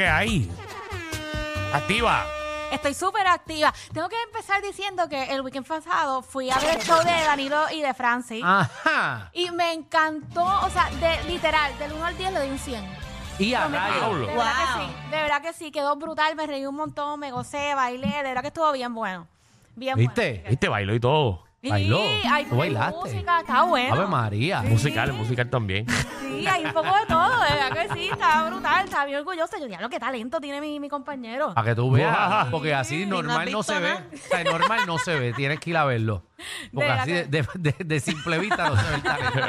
que hay. Activa. Estoy súper activa. Tengo que empezar diciendo que el weekend pasado fui a ver el show de Danilo y de Francis. Ah. Ajá. Y me encantó, o sea, de, literal, del 1 al 10 le di un 100. Y a No, me- rayos. Pablo. de verdad que Wow. sí, de verdad que sí, quedó brutal, me reí un montón, me gocé, bailé, de verdad que estuvo bien bueno. Bien ¿Viste? Este bailó y todo. bueno. Bailó. Sí, hay Tú bailaste. música, está bueno. Ave María. Musical, musical también. Sí, hay un poco de todo, de verdad que sí, está brutal, está bien orgullosa. Yo diablo, qué talento tiene mi, mi compañero. Para que tú veas, porque así no has normal no visto se ve. nada. O sea, normal no se ve, tienes que ir a verlo. Porque De la así de, de- de- de simple vista no se ve el talento.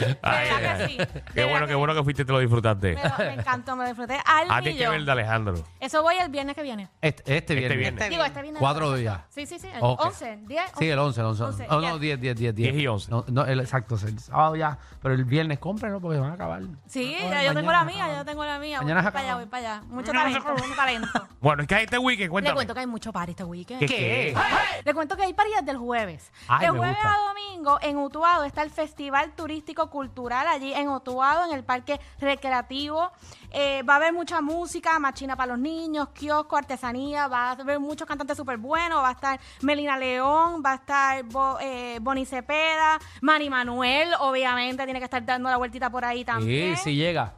Ay, verdad ay, que ay. sí, de Qué verdad bueno, qué que bueno que fuiste y te lo disfrutaste. Pero me encantó, me disfruté al Ah, A ti hay que millón. ver de Alejandro. Eso voy el viernes que viene. Este, este viernes. viernes. Digo, este viernes. Cuatro días. Sí, sí, sí. El Ok. 11, 10. Sí, el 11, el 11. Once, Oh, ya. no, 10, 10, 10, 10 y 11. No, no, el, exacto, el sábado ya. Pero el viernes cómprenlo porque van a acabar. Sí, Ah, ya yo tengo la mañana. mía, yo tengo la mía. Mañana voy se para allá, acaba. voy para allá. Mucho talento, mucho talento. Bueno, es que hay este weekend, Le cuéntame. cuento que hay mucho party este weekend. ¿Qué, qué? Ah, Le cuento que hay party desde el jueves. Ay, de me jueves gusta. a domingo en Utuado está el Festival Turístico Cultural allí en Utuado, en el Parque Recreativo. Eh, va a haber mucha música, machina para los niños, kiosco, artesanía, va a haber muchos cantantes súper buenos, va a estar Melina León, va a estar Bo- eh, Bonnie Cepeda, Manny Manuel, obviamente, tiene que estar dando la vueltita por ahí Sí, también. sí llega.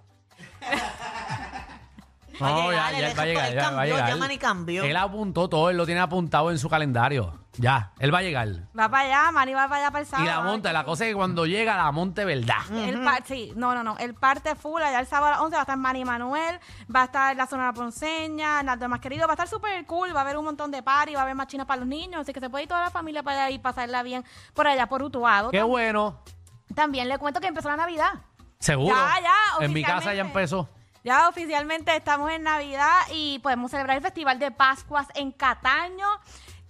Va a llegar, él es- él cambió, ya Manny cambió. Él apuntó todo, él lo tiene apuntado en su calendario. Ya, él va a llegar. Va para allá, Manny va para allá para el sábado. Y la monta, la cosa es que cuando llega la monte verdad. El par- sí, no, no, no. El parte full, allá el sábado a las 11 va a estar Manny Manuel, va a estar la Sonora Ponceña, Naldo Más Querido, va a estar súper cool, va a haber un montón de party, va a haber más chinas para los niños, así que se puede ir toda la familia para allá y pasarla bien por allá, por Utuado. Qué Tam- bueno. También le cuento que empezó la Navidad. Seguro. Ya, Ah, ya, en mi casa ya oficialmente. empezó. Ya oficialmente estamos en Navidad y podemos celebrar el Festival de Pascuas en Cataño,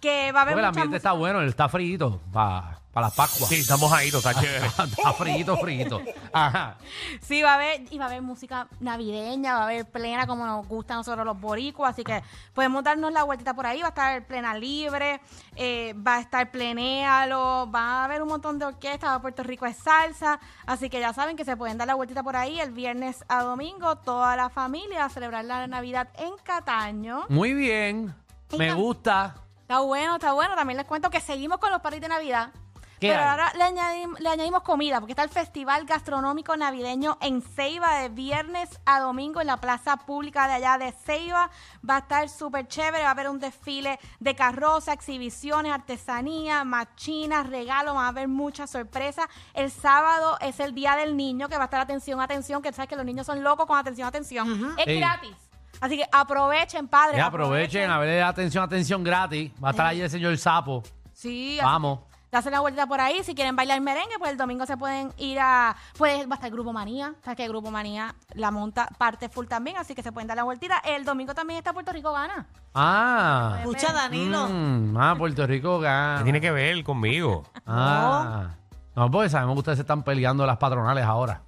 que va a haber Porque el mucha ambiente música. está bueno, él está frito para las Pascuas. Sí, estamos ahí, está Ah. chévere. está frito, frito. Ajá. Sí, va a haber, y va a haber música navideña, va a haber plena como nos gusta a nosotros los boricuas, así que podemos darnos la vueltita por ahí, va a estar plena libre, eh, va a estar plenéalo, va a haber un montón de orquestas, va a Puerto Rico es salsa, así que ya saben que se pueden dar la vueltita por ahí el viernes a domingo, toda la familia a celebrar la Navidad en Cataño. Muy bien. Me Venga. gusta. Está bueno, está bueno, también les cuento que seguimos con los parties de Navidad. ¿Qué Pero hay? ahora le añadimos, le añadimos comida, porque está el Festival Gastronómico Navideño en Ceiba de viernes a domingo en la plaza pública de allá de Ceiba. Va a estar súper chévere, va a haber un desfile de carroza, exhibiciones, artesanía, machinas, regalos, va a haber muchas sorpresas. El sábado es el Día del Niño, que va a estar atención, atención, que sabes que los niños son locos con atención, atención. Es Ey. gratis. Así que aprovechen, padres. Ya aprovechen, a ver, atención, atención gratis. Va a estar ahí el señor Sapo. Sí, así Vamos. Te hacen la vuelta por ahí. Si quieren bailar merengue, pues el domingo se pueden ir a. Pues va a estar Grupo Manía. Sabes que Grupo Manía la monta parte full también, así que se pueden dar la vueltita. El domingo también está Puerto Rico Gana. Ah. Escucha, Danilo. Mm, ah, Puerto Rico gana. ¿Qué tiene que ver conmigo? Ah. No, porque sabemos que ustedes se están peleando las patronales ahora.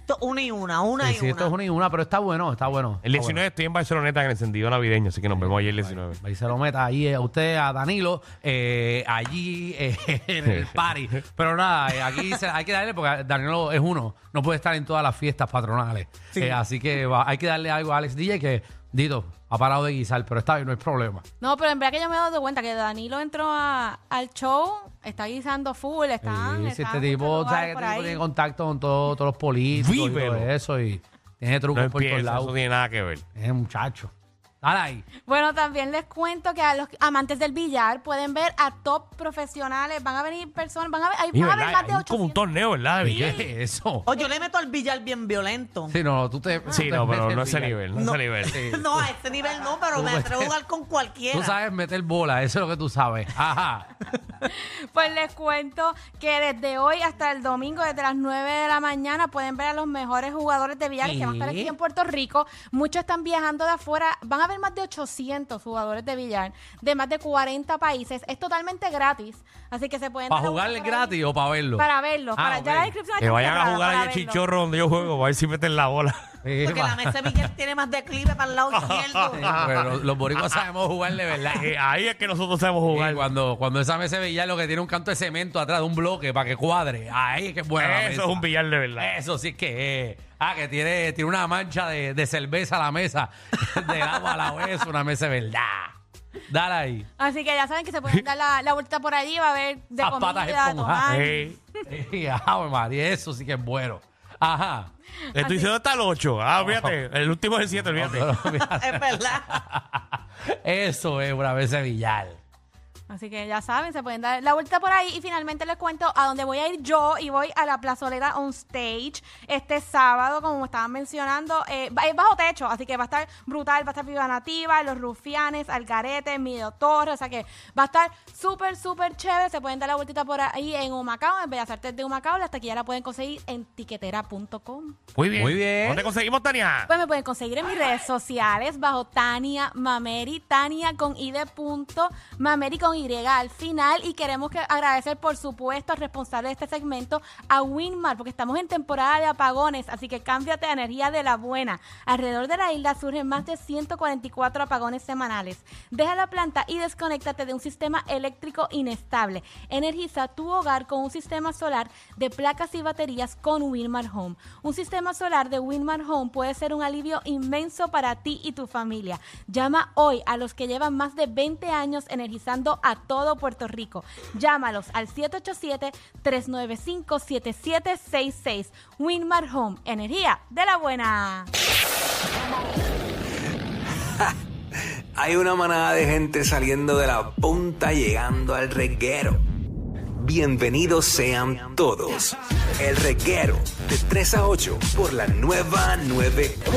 Esto es Una y una, una Sí, y sí, esto es una. una y una, pero está bueno, está Ah, bueno. El está 19 estoy en Barceloneta en el sentido navideño, así que nos vemos ayer el 19. bueno. Ahí se lo meta ahí eh, a usted, a Danilo, eh, allí eh, en el party. Pero nada, eh, aquí se- hay que darle, porque Danilo es uno, no puede estar en todas las fiestas patronales. Eh, así que va- hay que darle algo a Alex DJ que, Dito, ha parado de guisar, pero está bien, no hay problema. No, pero en verdad que yo me he dado cuenta que Danilo entró a- al show, está guisando full, está. Sí, está si este en muchos tipo, lugares ¿sabes? por Este tipo ahí. tiene contacto con todo- todos los políticos y Vívelo. todo eso y tiene trucos No por todos empieza, eso no lados. tiene nada que ver. Es un muchacho. Dale ahí. Bueno, también les cuento que a los amantes del billar pueden ver a top profesionales. Van a venir personas, van a, ver- ahí Y van a haber verdad, más de hay como un 800. torneo, ¿verdad? ¿Qué es eso? O yo le meto al billar bien violento. Sí, no, tú te. tú Sí, te no, pero metes no es ese billar. nivel, no es ese No. nivel. No, a ese nivel no, pero me atrevo a jugar con cualquiera. Tú sabes meter bola, eso es lo que tú sabes. Ajá. Pues les cuento que desde hoy hasta el domingo, desde las 9 de la mañana, pueden ver a los mejores jugadores de billar que van a estar aquí ¿Qué? en Puerto Rico. Muchos están viajando de afuera. Van a haber más de 800 jugadores de billar de más de 40 países. Es totalmente gratis. Así que se pueden. ¿Para dar la jugarle vuelta por ahí. gratis o para verlo? Para verlo. Ah, para, Ya la ok. descripción Que está vayan a cerrada, jugar para allá el verlo. chichorro donde yo juego, a ver si meten la bola. Sí, Porque va. la mesa de billar tiene más declive para el lado izquierdo. Sí, pero los, los boricuas sabemos jugar de verdad. Eh, ahí es que nosotros sabemos jugar. Y cuando, cuando esa mesa de billar lo que tiene un canto de cemento atrás de un bloque para que cuadre. Ahí es que es buena. Eh, Eso es un billar. billar de verdad. Eso sí que es. Ah, que tiene, tiene una mancha de, de cerveza a la mesa. Del agua a la vez, una mesa de verdad. Dale ahí. Así que ya saben que se pueden dar la, la vuelta por allí, va a haber de Las comida, patas de esponjas. tomar. Eh, Sí, Ave María, eso sí que es bueno. Ajá. estoy diciendo hasta el 8. Ah, fíjate. El último es el 7, olvídate. es verdad. Eso es una mesa de billar. Así que ya saben, se pueden dar la vuelta por ahí. Y finalmente les cuento a dónde voy a ir yo. Y voy a la plazoleta on stage este sábado, como estaban mencionando. Eh, va- es bajo techo, así que va a estar brutal. Va a estar Viva Nativa, Los Rufianes, Algarete, Mido Torres. O sea que va a estar súper, súper chévere. Se pueden dar la vueltita por ahí en Humacao, en Bellas Artes de Humacao. La taquilla la pueden conseguir en tiquetera.com. Muy bien. Muy bien. ¿Dónde conseguimos, Tania? Pues me pueden conseguir en mis redes sociales bajo Tania Mameri, Tania con I de punto, Mameri con Y al final. Y queremos que agradecer, por supuesto, al responsable de este segmento, a Winmar, porque estamos en temporada de apagones, así que cámbiate a energía de la buena. Alrededor de la isla surgen más de 144 apagones semanales. Deja la planta y desconéctate de un sistema eléctrico inestable. Energiza tu hogar con un sistema solar de placas y baterías con Winmar Home. Un sistema solar de Winmar Home puede ser un alivio inmenso para ti y tu familia. Llama hoy a los que llevan más de 20 años energizando a todo Puerto Rico. Llámalos al 787-395-7766. Winmar Home, energía de la buena. Hay una manada de gente saliendo de la punta llegando al reguero. Bienvenidos sean todos. El reguero de 3 a 8 por la nueva 94.